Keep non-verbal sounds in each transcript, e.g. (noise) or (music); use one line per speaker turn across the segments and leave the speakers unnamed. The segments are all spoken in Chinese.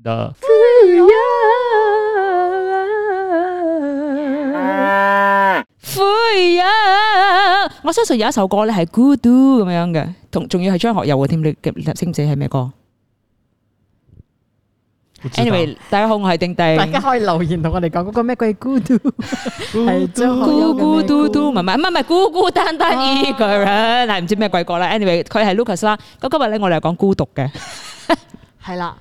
的。
灰啊！我相信有一首歌咧係 Good Do 咁樣嘅，同仲要係張學友嘅添，你記唔記係咩歌
不知道
？Anyway，大家好，我係丁丁。
大家可以留言同我哋講嗰個咩鬼 good 係張學
咕
友
咕
嘅
嘟
咩
嘟，唔係唔係唔係孤孤單單一個人，係唔知咩鬼歌啦。anyway，佢係 Lucas 啦。咁今日咧，我哋係講孤獨嘅，
係啦，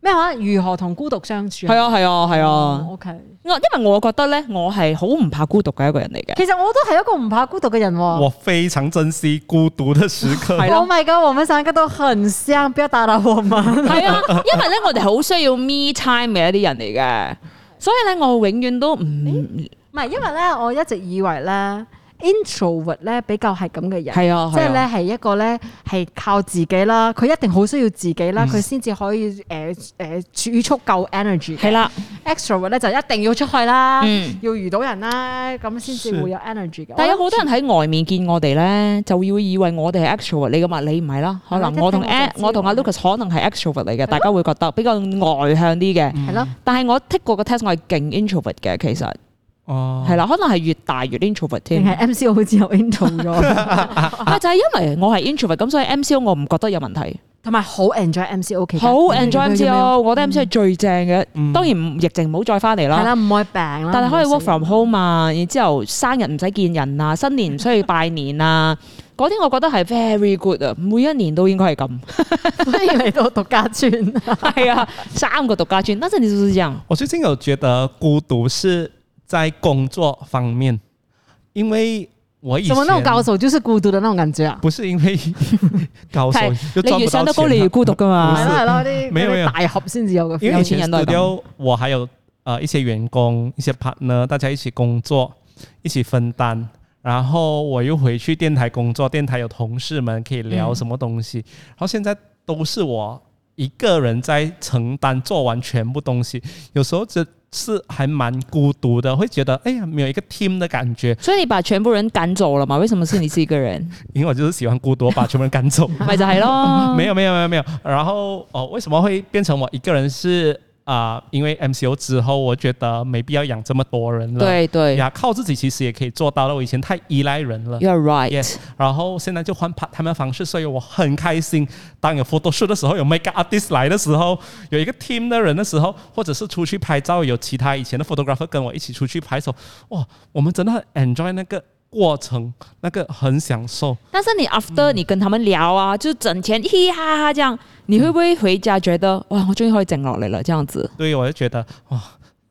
咩話？如何同孤獨相處？哦
係啊係啊係啊。
，OK。
我因為我覺得咧，我係好唔怕孤獨嘅一個人
(laughs)
嚟嘅。
其實我都係一個唔怕孤獨嘅人喎。
我非常珍惜孤獨的时
(laughs)
刻。
係啊
Oh my god！我們三個都很像，不要打擾我們。 (laughs)
係啊，因為咧我哋好需要 me time 嘅一啲人嚟嘅，所以咧我永遠都唔
唔係，因為咧，我一直以為咧，introvert 咧比較係咁嘅人。
係啊，
即係
係
咧
啊，
係一個咧係靠自己啦，佢一定好需要自己
嗯
啦，佢先至可以誒誒儲蓄夠 energy 嘅。
係啦。
extrovert 咧就一定要出去啦，
嗯
要遇到人啦，咁先至會有 energy 嘅。
但有好多人喺外面見我哋咧，就要以為我哋係 extrovert 嚟噶嘛，你唔係啦。可能
係啦
我同
一聽我
A，
就知
我同阿 Lucas 可能係 extrovert 嚟嘅，大家會覺得比較外向啲嘅。
係咯，
但係我剔過個 test，我係勁 introvert 嘅，其實
哦
係啦，可能係越大越 introvert 添。
定係 MCO 好似有 intro 咗，
(laughs) 咪就係因為我係 introvert，咁所以 MCO 我唔覺得有問題，
同埋好 enjoy MCO 期間。
好 enjoy
你哋有冇
MCO，我覺得 MCO 係最正嘅。
嗯
當然唔疫情唔好再翻嚟
係
啦。
啦，唔可以病啦。
但係可以
唔好
work
死
from home 啊，然之後生日唔使見人啊，新年唔需要拜年啊，嗰啲我覺得係 very good 啊，每一年都應該係咁。
(laughs) 歡迎嚟到獨家村。
系啊， (laughs) 三個獨家村，但是你是不是这样？
我最近有觉得孤独是在工作方面，因为我以前
怎麼那種高手就是孤獨的那種感覺啊？
不是因为 (laughs) 高手
係
又
你
赚
越
不
上
到
得高，你
钱
越
啊，
孤獨
(laughs)
噶
不
係
是
啦
嘛？
係啦，嗰啲
沒有
嗰啲
沒有
大盒先至有嘅 feel。
因为
有
以前
钱啊人都係
studio 我还有呃一些员工、一些 partner，大家一起工作，一起分担。然后我又回去电台工作，电台有同事们可以聊
嗯
什么东西。然后现在都是我一个人在承担做完全部东西，有时候真是还蛮孤独的，会觉得哎呀没有一个 team 的感觉，
所以你把全部人趕走了嘛？為什麼是你自己一個人？
因为我就是喜欢孤独，我把全部人赶走。
咪就係
(laughs)
咯，
没有没有没有没有。然后哦，为什么会变成我一个人是啊、因为 MCO 之后，我觉得没必要养这么多人了。
(laughs) 對對
呀，靠自己其实也可以做到了。我以前太依赖人了，
，You're right
Yes。然后现在就换 part time 的方式，所以我很开心。当有 photo shoot 的时候，有 make up artist 来的时候，有一个 team 的人的时候，或者是出去拍照，有其他以前的 photographer 跟我一起出去拍的时候，哇，我们真的很 enjoy 那个过程，那个很享受。
但是你 after 你跟他們聊啊，就整天嘻嘻哈哈這樣，你會不會回家覺得哇，我終於可以靜落嚟了，這樣子？
对，我就觉得哇，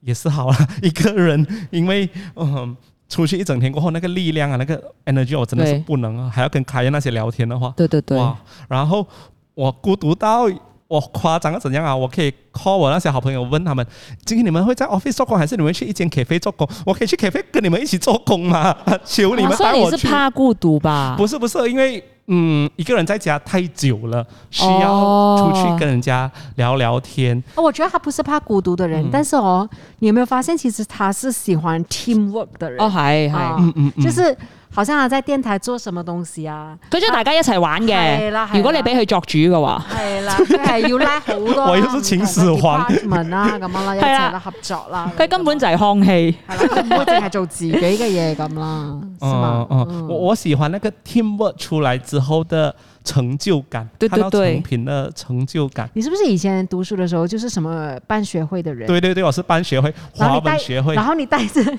也是好啊，一个人，因为嗯，出去一整天过后，那个力量啊，那个 energy 我真的是
对
不能啊，还要跟凯恩那些聊天的话，
對對對，
哇，然后我孤独到我夸张到怎样啊？我可以 call 我那些好朋友问他们，今天你们会在 office 做工，还是你们去一间 cafe 做工？我可以去 cafe 跟你们一起做工吗？ (laughs) 求你们
哇啊哦所
带
以
我
你
去
是。怕孤獨吧？
不是不是，因为嗯，一个人在家太久了，需要
哦
出去跟人家聊聊天。
哦我觉得他不是怕孤独的
嗯
人，但是哦，你有没有发现其实他是喜欢 teamwork 的人？
哦，係
啊
係，
就是好像他在电台做什么东西啊？
佢將大家一齊玩
係啦係啦
嘅。如果你俾佢作主嘅話。
係啦，佢係要拉好
(laughs)
多
我要是秦始皇
文啦，咁樣啦，一
(laughs) 係啦啊
齊啦合作啦，
佢根本就係康熙，
係啦，佢唔會淨係做自己嘅嘢咁
(laughs)
啦，是嘛
嗯？嗯，我我喜欢那个 teamwork 出来之后的成就感，
对
看到
对对
成品的成就感。
你是不是以前读书的时候就是什么办学会的人？
对对对，我是班学会
然
华
后你带
文学会
然，后你带着 (laughs)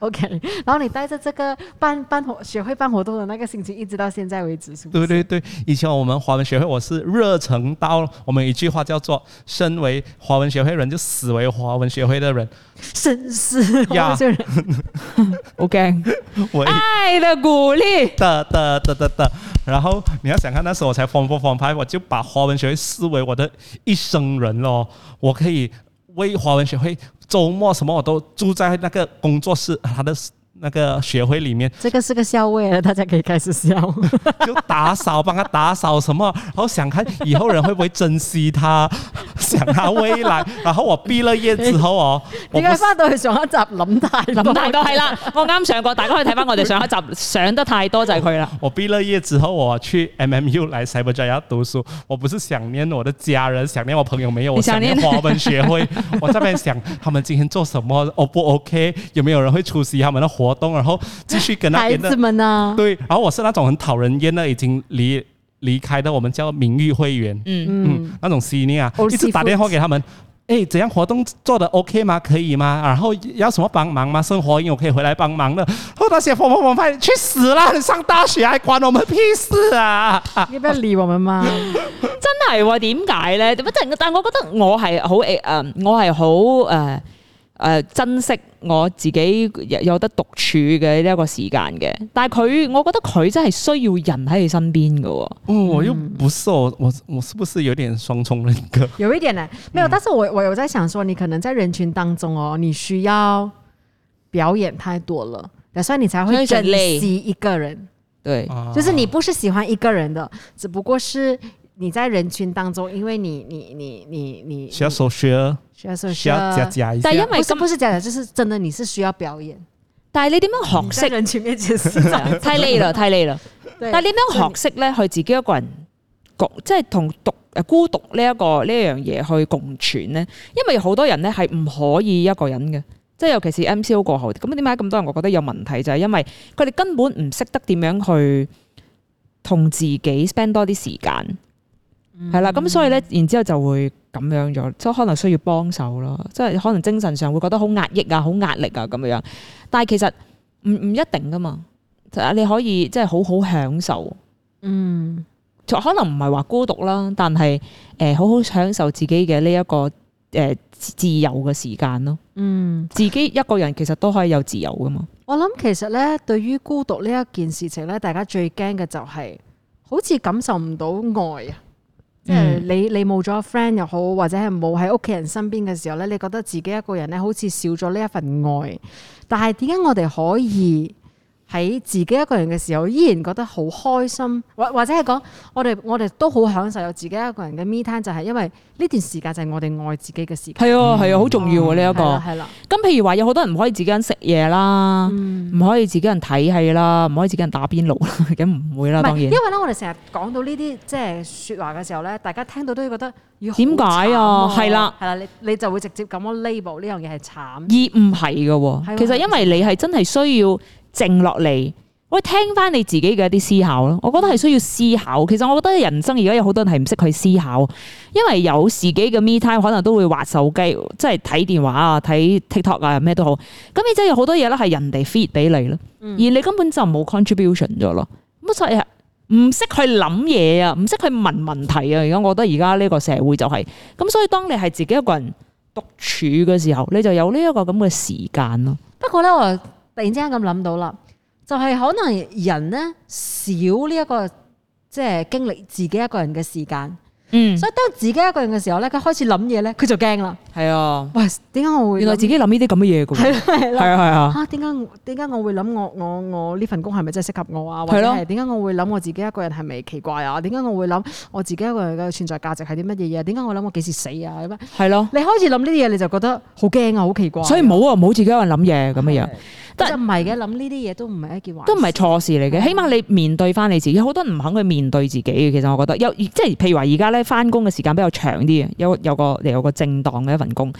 OK，然后你带着这个办办活学会办活动的那个心情，一直到现在为止，是不
对
是？
对对，以前我们华文学会我是热诚到，我们有一句话叫做“身为华文学会人就死为华文学会的人
绅士，
呀
我就人
好驚！”，
我也
愛的鼓勵，
的的的的的。然后你要想看，那时候我才 form four form five，我就把华文学会视为我的一生人咯。我可以为华文学会周末什么我都住在那个工作室，他的那个学会里面，
这个是个校尉了，大家可以开始笑。
就打扫，帮他打扫什么。然后想看以后人会不会珍惜他， (laughs) 想他未来。然后我毕了业之后哦，我
點
不
解
是
翻到去上一集諗太
林
諗
大哥係啦，我啱上過，大家可以睇翻我哋上一集上得太多就係佢啦。
我毕了业之后，我去 MMU 来 Cyberjaya 读书。我不是想念我的家人，想念我朋友没有，我
你想
想
念
念华文学会。我在那边想他们今天做什么，O 不 OK，有没有人会出席他们的活动，然后继续跟那
孩
边的
子们啊，
(laughs) 对。然后我是那种很讨人厌的，已经离离开的，我们叫名誉会员。
嗯，
嗯，那种 senior 啊
Old
一直打
seafood
电话给他们。哎，怎样活动做的 OK 吗？可以吗？然后要什么帮忙吗？生活因为我可以回来帮忙的。然后那些佛佛佛派去死啦！你上大学还管我们屁事啊！ (laughs) 啊
要不要理我们嘛？
(laughs) 真係喎，點解咧？點解？但我覺得我係好誒，呃我係好誒誒珍惜我自己有有得獨處嘅呢一個時間嘅。但係佢，我覺得佢真係需要人喺你身邊嘅喎。
嗯，我又不是我我我是不是有点双重人格？
有一点呢，没
嗯
有，但是我我有在想说，你可能在人群当中哦，你需要表演太多了，所以你才
所
会
以就
珍
累
惜一个人。
對，
啊
就是你不是喜欢一个人的，只不过是你在人群当中，因为你你你你你
需要手学，
需要 social，
需要加加一下
但。因為
不是
咁，
不是假的，就是真的，你是需要表演，
但係你點樣學
在
識？啊
人群面前是
(laughs) 太累啦，太 (laughs) 累啦。
对
但係點樣學識咧？去自己一個人共，即係同獨誒孤獨呢一個呢樣嘢去共存咧？因為好多人咧係唔可以一個人嘅，即係尤其是 MCO 過後，咁點解咁多人我覺得有問題就係、因為佢哋根本唔識得點樣去同自己 spend 多啲時間，係啦、咁所以咧，然之後就會咁樣咗，即係可能需要幫手咯，即係可能精神上會覺得好壓抑啊、好壓力啊咁樣。但係其實唔唔一定噶嘛，就係你可以即係好好享受。
嗯，
就可能唔係話孤獨啦，但係誒、呃好好享受自己嘅呢一個誒、呃自自由嘅時間咯。
嗯，
自己一個人其實都可以有自由噶嘛。
我諗其實咧，對於孤獨呢一件事情咧，大家最驚嘅就係、好似感受唔到愛啊。即係
嗯
你你冇咗 friend 又好，或者係冇喺屋企人身邊嘅時候咧，你覺得自己一個人咧，好似少咗呢一份愛。但係點解我哋可以喺自己一個人嘅時候，依然覺得好開心，或或者係講我哋我哋都好享受有自己一個人嘅 me time，就係因為呢段時間就係我哋愛自己嘅時間。
係啊，係啊，好重要啊呢一個。
係啦係啦，嗯
咁譬如話有好多人唔可以自己一人食嘢啦，唔可以自己一人睇戲啦，唔可以自己一人打邊爐啦， (laughs) 咁唔會啦，
唔係
當
因
然。
為咧，我哋成日講到呢啲即係説話嘅時候咧，大家聽到都會覺得，咦
點解
好
啊
慘
係啦
係啦，你你就會直接咁樣 label 呢樣嘢係慘。
而唔係嘅喎，
係喎
其實因為你係真係需要靜落嚟，喂，聽翻你自己嘅一啲思考咯。我
嗯
覺得係需要思考。其實我覺得人生而家有好多人係唔識去思考，因為有自己嘅 me time，可能都會滑手機，即係睇電話啊、睇 TikTok 啊，咩都好。咁你真係有好多嘢咧係人哋 feed 俾你咯，
嗯
而你根本就冇 contribution 咗咯。咁所以係唔識去諗嘢啊，唔識去問問題啊。而家我覺得而家呢個社會就係、咁，所以當你係自己一個人。獨處嘅時候，你就有呢一個咁嘅時間咯。
不過咧，我突然之間咁諗到啦，就係、可能人咧少呢、一個即係經歷自己一個人嘅時間，
嗯，
所以當自己一個人嘅時候咧，佢開始諗嘢咧，佢就驚啦。
係啊，
喂，點解我會
原來自
己
己諗呢啲咁嘅嘢嘅喎，
係
係
啦？
啊係啊，
啊，點解我點解我會諗我我我呢份工係咪真係適合我啊？或
係
者
咯
係點解我會諗我自己一個人係咪奇怪啊？點解我會諗我自己一個人嘅存在價值係啲乜嘢嘢？啊點解我諗我幾時死啊？咁樣
係咯，
你開始諗呢啲嘢，你就覺得好驚啊，好奇怪啊。
所以唔好啊，唔好自己一個人諗嘢咁樣樣。
但
但
就唔係嘅，諗呢啲嘢都唔係一件壞事，
都唔係錯事嚟嘅，起碼你面對翻你自己。有好多人唔肯去面對自己嘅，其實我覺得有即係譬如話而家咧翻工嘅時間比較長啲嘅，有有個有個正當嘅一份工。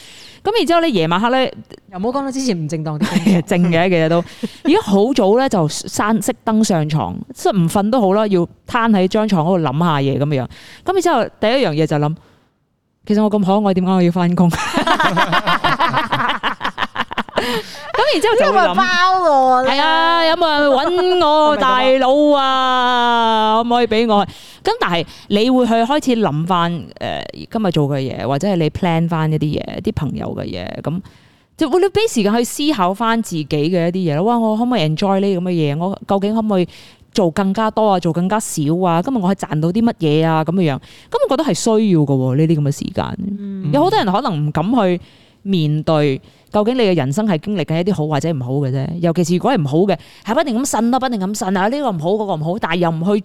咁然之後咧夜晚黑咧
又冇講到之前唔正當啲
其
工
實正嘅，其實都而家好早咧就閂熄燈上床，即係唔瞓都好啦，要攤喺張床嗰度諗下嘢咁樣。咁然之後第一樣嘢就諗，其實我咁可愛，點解我要翻工？咁然之 (laughs) 後就會諗。
包我
係啊， (laughs) 有冇人揾我大佬啊？可唔可以俾我？咁但係你會去開始諗翻誒今日做嘅嘢，或者係你 plan 翻一啲嘢，啲朋友嘅嘢咁。就會你俾時間去思考翻自己嘅一啲嘢咯。哇！我可唔可以 enjoy 呢啲咁嘅嘢？我究竟可唔可以做更加多啊？做更加少啊？今日我係賺到啲乜嘢啊？咁樣樣，咁我覺得係需要嘅喎呢啲咁嘅時間。
嗯
有好多人可能唔敢去面對，究竟你嘅人生係經歷緊一啲好或者唔好啊嘅啫。尤其是如果係唔好嘅，係不停咁呻啦，不停咁呻啊，呢、個唔好，嗰、個唔好，但係又唔去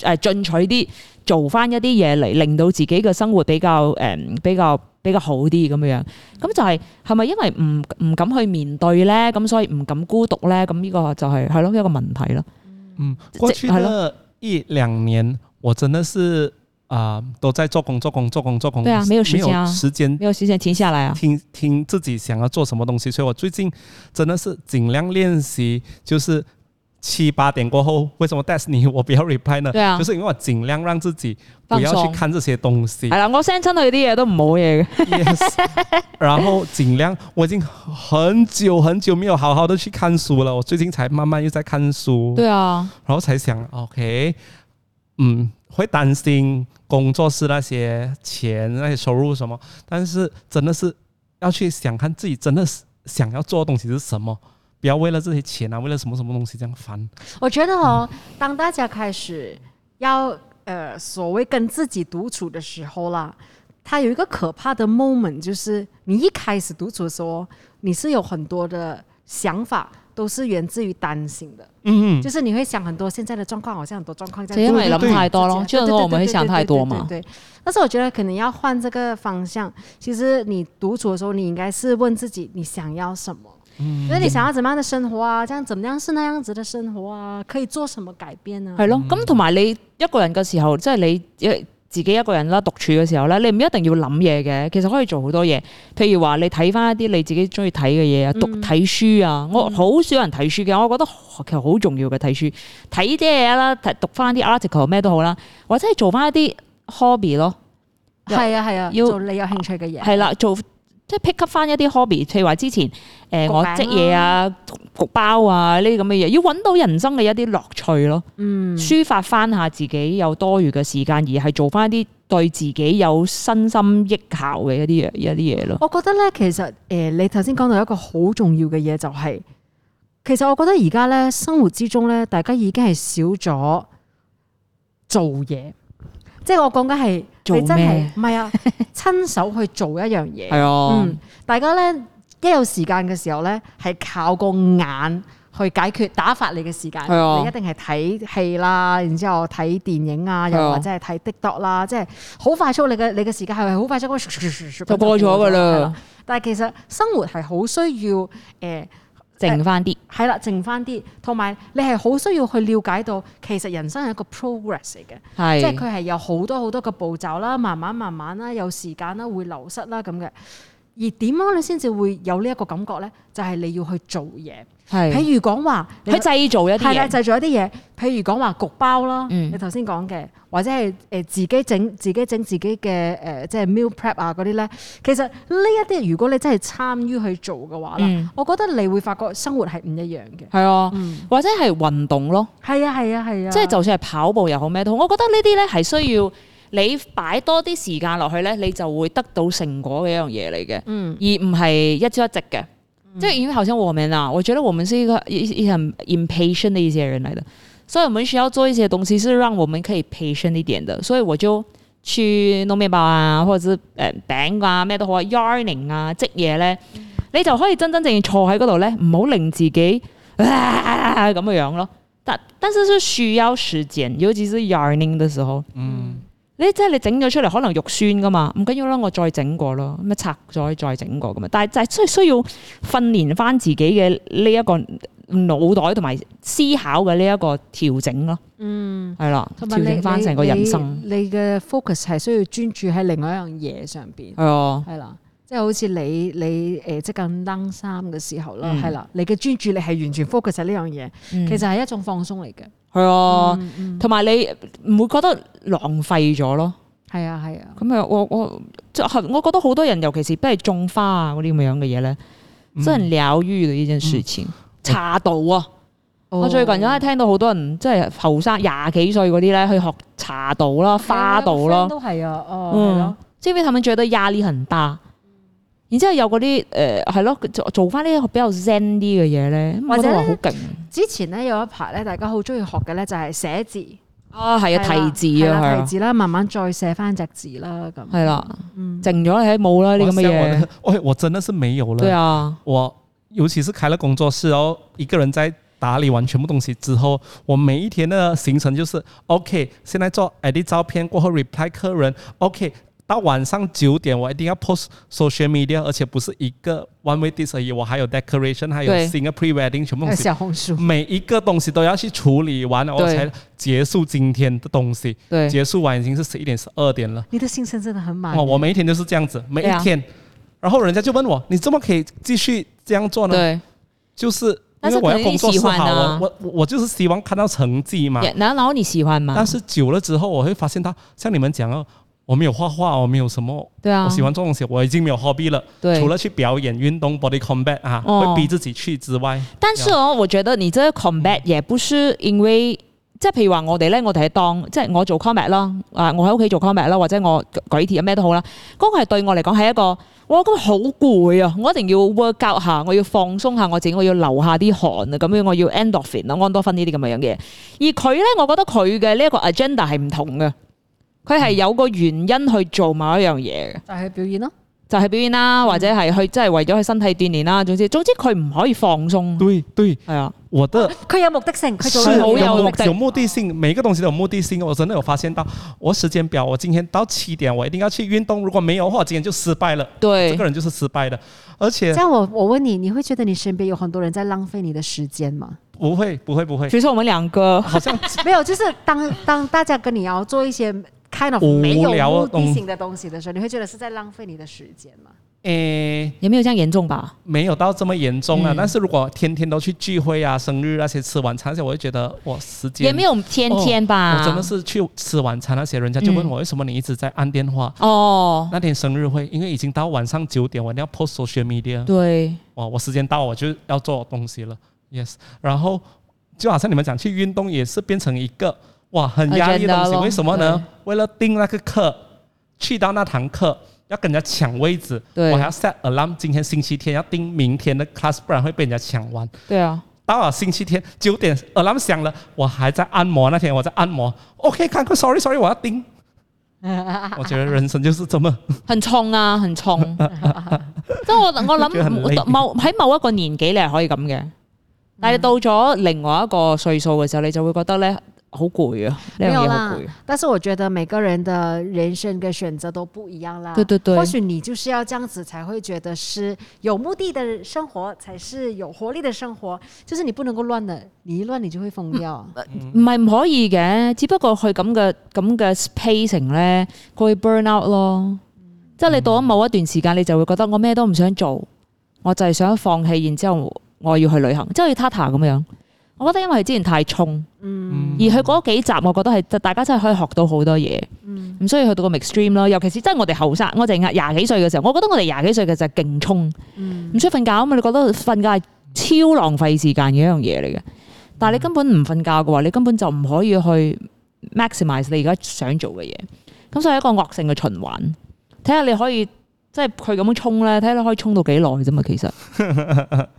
誒進取啲，做翻一啲嘢嚟令到自己嘅生活比較誒、呃比較比較好啲咁樣樣。咁就係係咪因為唔唔敢去面對咧，咁所以唔敢孤獨咧？咁呢個就係係咯一個問題咯。
嗯，过去
係
的一两年，我真的是啊、都在做工，做工，做工，做工。
对啊没有时间啊
没有时间
沒有時間停下來啊！
听听自己想要做什么东西，所以我最近真的是尽量练习，就是七八点过后，为什么 text 你我不要 reply 呢？
對啊
就是因为我尽量让自己不要
放哎鬆
去看这些东西
係啦，我 send 親佢啲嘢都唔好嘢嘅，
，yes，然后尽量我已经很久很久没有好好的去看书了，我最近才慢慢又在看书，
對啊，
然后才想 OK，嗯，会担心工作室那些钱那些收入什么，但是真的是要去想看自己真的是想要做的东西是什么，不要为了这些钱啊，为了什么什么东西这样烦。
我觉得哦，当大家开始要呃所谓跟自己独处的时候啦，它有一个可怕的 moment，就是你一开始独处的时候哦，你是有很多的想法都是源自于担心的，
嗯，
就是你会想很多现在的状况，好像很多状况这
就
样
因
子。
為諗太多咯，
就
就
是
係說我們會想太多嘛。
对，但是我觉得可能要换这个方向。其实你独处的时候，你应该是问自己你想要什么，
嗯
因为你想要怎么样的生活啊？这样怎么样是那样子的生活啊？可以做什么改变呢、
係咯，咁同埋你一個人嘅時候，即係你一自己一個人啦，獨處嘅時候咧，你唔一定要諗嘢嘅，其實可以做好多嘢。譬如話你睇翻一啲你自己中意睇嘅嘢啊，讀睇書啊，我好少人睇書嘅，我覺得其實好重要嘅睇書，睇啲嘢啦，睇讀翻啲 article 咩都好啦，或者係做翻一啲 hobby 咯。
系啊系啊，
要
做你有兴趣嘅嘢。
係啦，做即係 pick up 翻一啲 hobby，譬如話之前誒、呃
焗
我
餅啦
織嘢啊、焗包啊呢啲咁嘅嘢，要揾到人生嘅一啲樂趣咯，嗯，抒發翻下自己有多餘嘅時間，而係做翻一啲對自己有身心益效嘅一啲嘢一啲嘢咯。
我覺得咧，其實誒、呃你頭先講到一個好重要嘅嘢，就係、其實我覺得而家咧生活之中咧，大家已經係少咗做嘢，即係我講緊係
做
你真係
咩
唔係啊，親手去做一樣嘢。
係啊，
嗯，大家咧一有時間嘅時候咧，係靠個眼去解決打發你嘅時間。
係啊
你一定係睇戲啦，然之後睇電影啊，
係啊
又或者係睇 TikTok 啦，即係好快速你嘅你嘅時間係好快速咁樣
就過咗㗎啦
係啦。但係其實生活係好需要誒。呃
靜翻啲，
係啦，剩翻啲，同埋你係好需要去了解到，其實人生係一個 progress 嚟嘅。
係
即係佢係有好多好多嘅步驟啦，慢慢慢慢啦，有時間啦，會流失啦咁嘅。而點樣你先至會有呢一個感覺咧？就係、你要去做嘢，
係
譬如講話你
佢製造一啲
係啦，
嘢，
製造一啲嘢，譬如講話焗包啦，
嗯
你頭先講嘅，或者係誒自己整自己整自己嘅誒、呃即係 meal prep 啊嗰啲咧。其實呢一啲如果你真係參與去做嘅話啦，
嗯
我覺得你會發覺生活係唔一樣嘅。
係啊，
嗯
或者係運動咯。
係啊，係啊，係啊，
即係就算係跑步又好咩都好，我覺得呢啲咧係需要你擺多啲時間落去咧，你就會得到成果嘅一樣嘢嚟嘅，
嗯
而唔係一朝一夕嘅。即係因為好像我們啊，我覺得我們是一個一一很 impatient 的一些人來的，所以我們需要做一些東西是讓我們可以 patient 一點的，所以我就去弄麵包啊，或者是誒餅啊咩都好啊，yarning 啊織嘢咧，
嗯
你就可以真真正正坐喺嗰度咧，唔好令自己啊咁嘅樣咯。但但是是需要時間，尤其是 yarning 嘅時候。
嗯，
你即係你整咗出嚟可能肉酸噶嘛，唔緊要啦，我再整過咯，咁啊拆咗再整過咁啊，但係就係需需要訓練翻自己嘅呢一個腦袋同埋思考嘅呢一個調整咯，嗯，係啦，
同埋
調
你
整翻成個人生，
你你嘅 focus 係需要專注喺另外一樣嘢上邊，
係啊，
係啦。即係好似你你誒即緊冷衫嘅時候啦，
嗯
係啦、你嘅專注力係完全 focus 喺呢樣嘢，
嗯
其實嗯係一種放鬆嚟嘅，
係啊，同埋你唔會覺得浪費咗咯。
係啊係啊，
咁啊，我我即係我覺得好多人，尤其是不係種花啊嗰啲咁樣嘅嘢咧，
嗯
真係療愈嘅呢件事情。茶道啊，我最近真係聽到好多人即係後生廿幾歲嗰啲咧去學茶道啦、花道啦，
都係啊，哦，係
嗯
咯，，
即係因為他們覺得壓力很大。然之後有嗰啲誒係咯，做做翻啲比較 zen 啲嘅嘢咧，
或者
我覺得話好勁
之前咧有一排咧，大家好中意學嘅咧就係寫字，
啊，係
係
啊，
啦
提字啊，
係
係
啦提
啊
字啦，慢慢再寫翻隻字啦，咁
係啦，
嗯
靜咗你喺冇啦呢啲咁
哇
嘅
像我 (laughs)
嘢
的，，我我真的是没有了。
對啊，
哦我尤其是开了工作室，然后一个人在打理完全部东西之后，我每一天的行程就是 OK，现在做 edit 照片，过后 reply 客人，OK。到晚上九点，我一定要 post social media，而且不是一个 one way dis 而已，我还有 decoration，还有
对
single pre wedding，全部东
还有
西。
小红书，
嗯
每一个东西都要去处理完了，我
对
才结束今天的东西。
对
结束完已经是十一点、十二点了。
你的行程真的很满
哦，。我每一天都是这样子，每一天。然后人家就问我，你怎么可以继续这样做呢？
对，
就是因
但
为
是
我要
可能
工
你
作
喜
是
欢
好啊
啊，
我我我就是希望看到成绩嘛。
然后然后你喜欢吗
但？是久了之后，我会发现到像你们讲哦，我没有画画，我没有什么，
对啊
我，喜欢做东西，我已经没有 hobby 了。
对
除了去表演、运动、body combat 啊，
哦
会逼自己去之外，
但是哦，我覺得你這個
嗯
combat 也不是因為即係譬如話我哋咧，我哋係當即係我做 combat 啦，啊我喺屋企做 combat 啦，或者我舉鐵咩都好啦，嗰、個係對我嚟講係一個，我咁好攰啊！我一定要 work out 下，我要放鬆下我自己，我要流下啲汗啊，咁樣我要 endorphin 啊、安多芬呢啲咁嘅樣嘢。而佢咧，我覺得佢嘅呢一個 agenda 係唔同嘅，佢
嗯
係有個原因去做某一樣嘢嘅。
就去表演咯，
就係表演
嗯
啦，或者係去即係為咗去身體鍛鍊啦，總之總之佢唔可以放鬆，
对对，
係啊。
我
(laughs)
的
佢有目的性，佢做
是
得好
嘢
有目
目
的
有目的性，每一个东西都有目的性。我真的有发现到，我时间表，我今天到七点，我一定要去运动，如果没有的话，我今天就失败了。这
对
个，人就是失败的，而且
这样我我问你，你会觉得你身边有很多人在浪费你的时间吗？ (laughs)
不会，不会，不会
比，如说我们两个，
好
(laughs)
像
没有，就是当当大家跟你要做一些 kind of
无
没有
聊
目
的东
的性的东西的时候，你会觉得是在浪费你的时间吗？
诶、
有没有这样严重吧？
没有到这么严重啊。
嗯
但是如果天天都去聚会啊、生日那些吃晚餐那些，我就觉得我时间
也没有天天吧？
哦我真的是去吃晚餐那些，人家就问
嗯
我、为什么你一直在按电话。
哦，
那天生日会，因为已经到晚上九点，我一定要 post social media。
对，
哇，我时间到，我就要做东西了。Yes，然后就好像你们讲去运动也是变成一个哇很压力的东
Agenda
西，
咯
为什么呢？为了订那个课，去到那堂课要跟人家抢位置，
对
我还要 set alarm，今天星期天要订明天的 class，不然会被人家抢完。
对啊，
到了星期天九点 alarm 响了，我还在按摩，那天我在按摩，OK，看过，sorry sorry，我要
(laughs)
订。我觉得人生就是这么
很冲啊，
(laughs)
很冲。即系我我
覺得很累
谂某喺某一個年紀你係可以咁嘅，但係到咗另外一個歲數嘅時候，你就會覺得咧好攰啊，呢
没
樣
有
嘢好
啦
攰。，
但是我觉得每个人的人生跟选择都不一样啦。
對對對
或许你就是要这样子才会觉得是有目的的生活才是有活力的生活，就是你不能够乱的，你一乱你就会疯掉。
唔係唔可以嘅，只不過佢咁嘅咁嘅 spacing 咧，佢會 burn out 咯。即係你到咗某一段時間，你就會覺得我咩都唔想做，我就係想放棄，然之後我要去旅行，即係好似 Tata 咁樣。我覺得因為佢之前太衝，
嗯
而佢嗰幾集，我覺得係大家真係可以學到好多嘢，
嗯，
唔需要去到咁 extreme 咯。尤其是真係我哋後生，我哋廿幾歲嘅時候，我覺得我哋廿幾歲嘅就係勁衝。
嗯
唔需要瞓覺啊嘛，你覺得瞓覺係超浪費時間嘅一樣嘢嚟嘅。但係你根本唔瞓覺嘅話，你根本就唔可以去 maximise 你而家想做嘅嘢。咁所以係一個惡性嘅循環。睇下你可以即係佢咁樣衝咧，睇下你可以衝到幾耐啫嘛。其實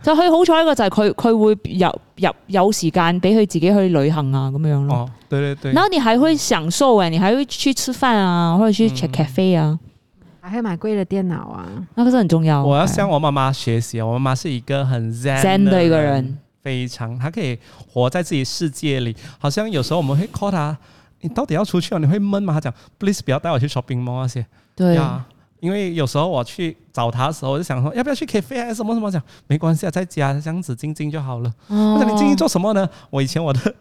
就佢好彩嘅就係佢佢會有有有時間俾佢自己去旅行啊咁樣咯。
哦，对对对。
然後你還會享受哎誒，你還會去吃飯啊，或者去
嗯
check cafe 啊，
还会买贵的电脑啊，
那個真係很重要。
我要向我妈妈学习，啊我妈妈是一个很 zen
Zen 的一个人，
非常，她可以活在自己世界里。好像有时候我们会 call 她，你到底要出去哦？你会闷吗？她讲，please 不要带我去 shopping mall 啊那些。
對。
呀因为有时候我去找她的时候，我就想说，要不要去 cafe 啊？什么什么讲，没关系啊，在家这样子静静就好了。
哦
我讲你静静做什么呢？我以前我的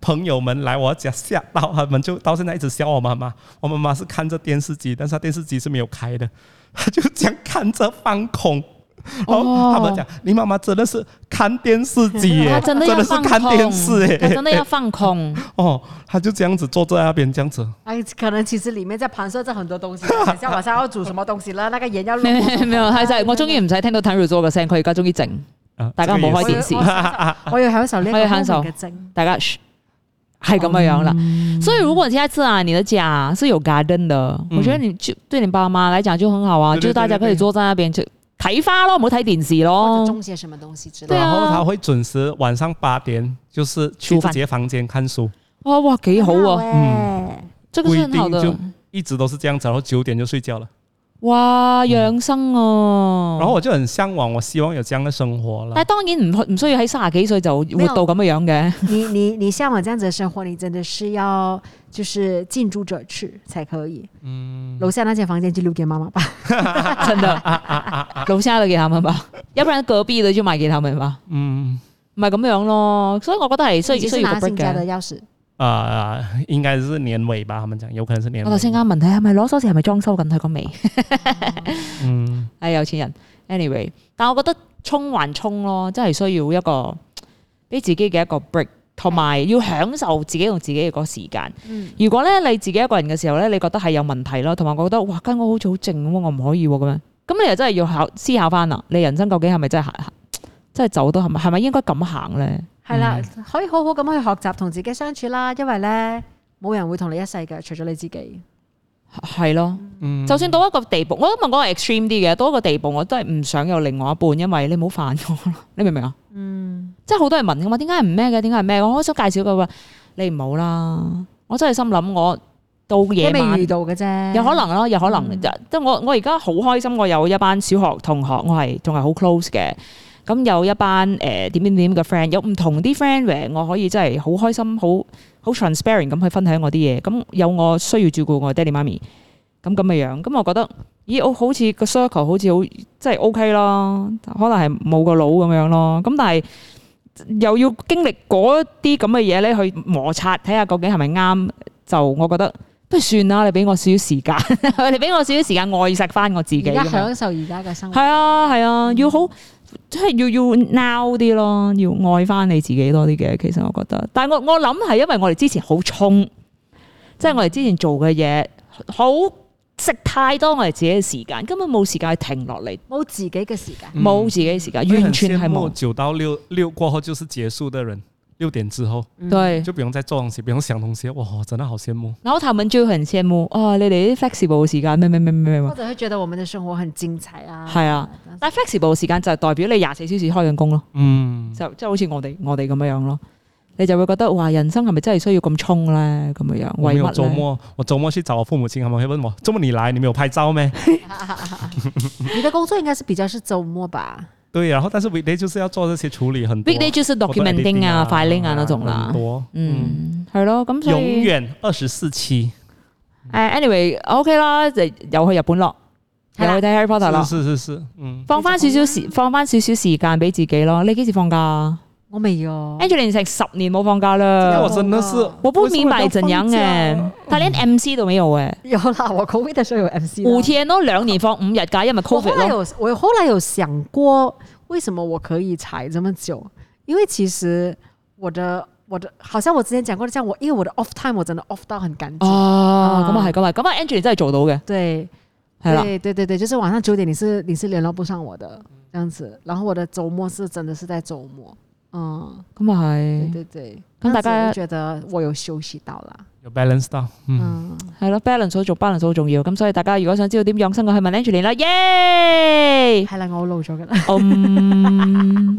朋友们来我家吓到，他们就到现在一直笑我妈妈。我妈妈是看着电视机，但是她电视机是没有开的， (laughs) 她就这样看着放空。然
哦
后他们讲，你妈妈真的是看电视机
(laughs)
耶，
他
真
真的要
是
放
看电视哎
空，他
耶。
真的要放空。 (laughs)
哦，她就这样子坐在那边，这样子。
哎，可能其实里面在盘算着很多东西，等一下晚上要煮什么东西啦，那个盐要入
(laughs) 没有没有，他就係我終於唔使聽到 Tanner 做嘅聲，佢而家終於靜，
啊
大家唔
这
好开
个也
電
是
視，
我要享受呢
我
个
要享受
moment 嘅精，
大家噓係咁樣樣啦。所以如果你下次啊，你的家是有 garden 的，
嗯
我覺得你就對你爸媽來講就很好啊，
對對
就大家可
對
以
對對
坐在那邊就睇花咯，唔好睇電視
或者
咯。
种些什么东西之类
对
的。
然
啊
后她会准时晚上八点，就是去自
煮饭
己的房间看书，
哇哇，幾好啊！
嗯，
這個是很
不
好
一定
的
就一直都是这样子，然后九点就睡觉了。
哇，養生啊！
然後我就很向往，我希望有這樣的生活啦
但係。當然唔可唔需要喺三十幾歲就活到咁嘅樣嘅，
你你你向往這样子的生活，你真的是要就是近朱者赤才可以。嗯，楼下那间房间就留给妈妈吧。
真的。樓下都給他們吧，要不然隔壁的就買給他們吧，
嗯，
唔係咁樣咯。所以我覺得係需
你
要
是
需要
拿
b r
新家
嘅
的。鑰匙，
啊、應該是年尾吧，他們講有可能是年
我
尾。
頭先啱問睇係咪攞鎖匙係咪裝修緊佢個尾，
嗯，
係有錢人。anyway，但我覺得衝還衝咯，真係需要一個俾自己嘅一個 break，同埋要享受自己同自己嘅嗰個時間。
嗯
如果咧你自己一個人嘅時候咧，你覺得係有問題咯，同埋覺得哇間屋好似好靜咁喎，我唔可以喎咁樣，咁你又真係要考思考翻啦，你人生究竟係咪真係行，真係走到係咪係咪應該咁行咧？
系啦，
嗯
可以好好咁去學習同自己相處啦，因為咧冇人會同你一世嘅，除咗你自己。
係咯，
嗯
就算到一個地步，我都問嗰個 extreme 啲嘅，到一個地步我真係唔想有另外一半，因為你唔好煩我啦， (laughs) 你明唔明啊？
嗯，
即係好多人問噶嘛，點解唔咩嘅？點解唔咩？我好想介紹佢話你唔好啦，我真係心諗我到
你
夜晚
未遇到嘅啫，
有可能咯，嗯有可能。即係我我而家好開心，我有一班小學同學，我係仲係好 close 嘅。咁有一班誒點點點嘅 friend，有唔同啲 friend 嘅，我可以真係好開心，好好 transparent 咁去分享我啲嘢。咁有我需要照顧我爹哋媽咪，咁咁嘅樣。咁我覺得，咦，我好似個 circle 好似好即係 OK 啦，可能係冇個腦咁樣咯。咁但係又要經歷嗰啲咁嘅嘢咧，去摩擦睇下究竟係咪啱。就我覺得不如算啦，你俾我少少時間， (laughs) 你俾我少少時間愛惜翻我自己
而
咁
家
樣。
享受而家嘅生活
係。啊，係啊，要好即係要要 now 啲咯，要愛翻你自己多啲嘅。其實我覺得，但係我我諗係因為我哋之前好衝，即係我哋之前做嘅嘢好食太多我哋自己嘅時間，根本冇時間去停落嚟，
冇自己嘅時間，
冇自己嘅時間，完全係冇。
九到六六過後就是結束的人，六點之後
對，
就不用再做東西，不用想東西，哇，真的好羨慕。
然後他們就很羨慕啊，你哋啲 flexible 嘅時間咩咩咩咩咩咩
或，者會覺得我們的生活很精彩啊。
係啊。但係 flexible 嘅時間就係代表你廿四小時開緊工咯。
嗯，
就即係好似我哋我哋咁樣樣咯。你就會覺得哇，人生係咪真係需要咁衝咧？咁樣樣
我沒
為
有周
乜咧？
末，我周末去找我父母親，他們會問我，周末你來，你沒有拍照咩？
你的工作應該是比較是周末吧？
對，然後但是 weekday 就是要做這些處理，很多啊
Weekday 就是
photo
documenting
editing
啊、filing 啊
啊
那種啦
很。多，嗯，
嗯，係咯，咁所
永
以誒
遠二十四期，
anyway，OK 啦，就又去日本咯，又
係啦
去睇 Harry Potter 咯，
是是是是，嗯，
放翻少少時，放翻少少時間俾自己咯。你幾時放假啊
我未有，
？Angeline 成十年冇放
那
假啦
我，真的是，
哦我不明白怎樣嘅，他連 MC 都沒有誒，
有啦， (laughs) 我 COVID 的時候有 MC 啦
五天咯，兩年放五日假，因為
我後
Covid
來
咯。
有，我後來有想過，為什麼我可以踩這麼久？因為其實我的我的，好像我之前講過的，像我因為我的 off time 我真的 off 到很乾淨。
哦，
啊
咁啊係，咁嗯啊係，咁啊 Angeline 真係做到嘅，
對，
係啦。
對對對對，就是晚上九點你是你是聯絡不上我的這樣子，然後我的周末是真的是在周末，嗯，
咁啊
對
係，
對對，
咁大家
那我覺得我有休息到啦，
有 balance 到，嗯，
嗯，
係咯，balance 好做 balance 好重要。咁所以大家如果想知道點養生嘅，去問 Angeline 啦，耶！
係啦，我老咗㗎啦，
嗯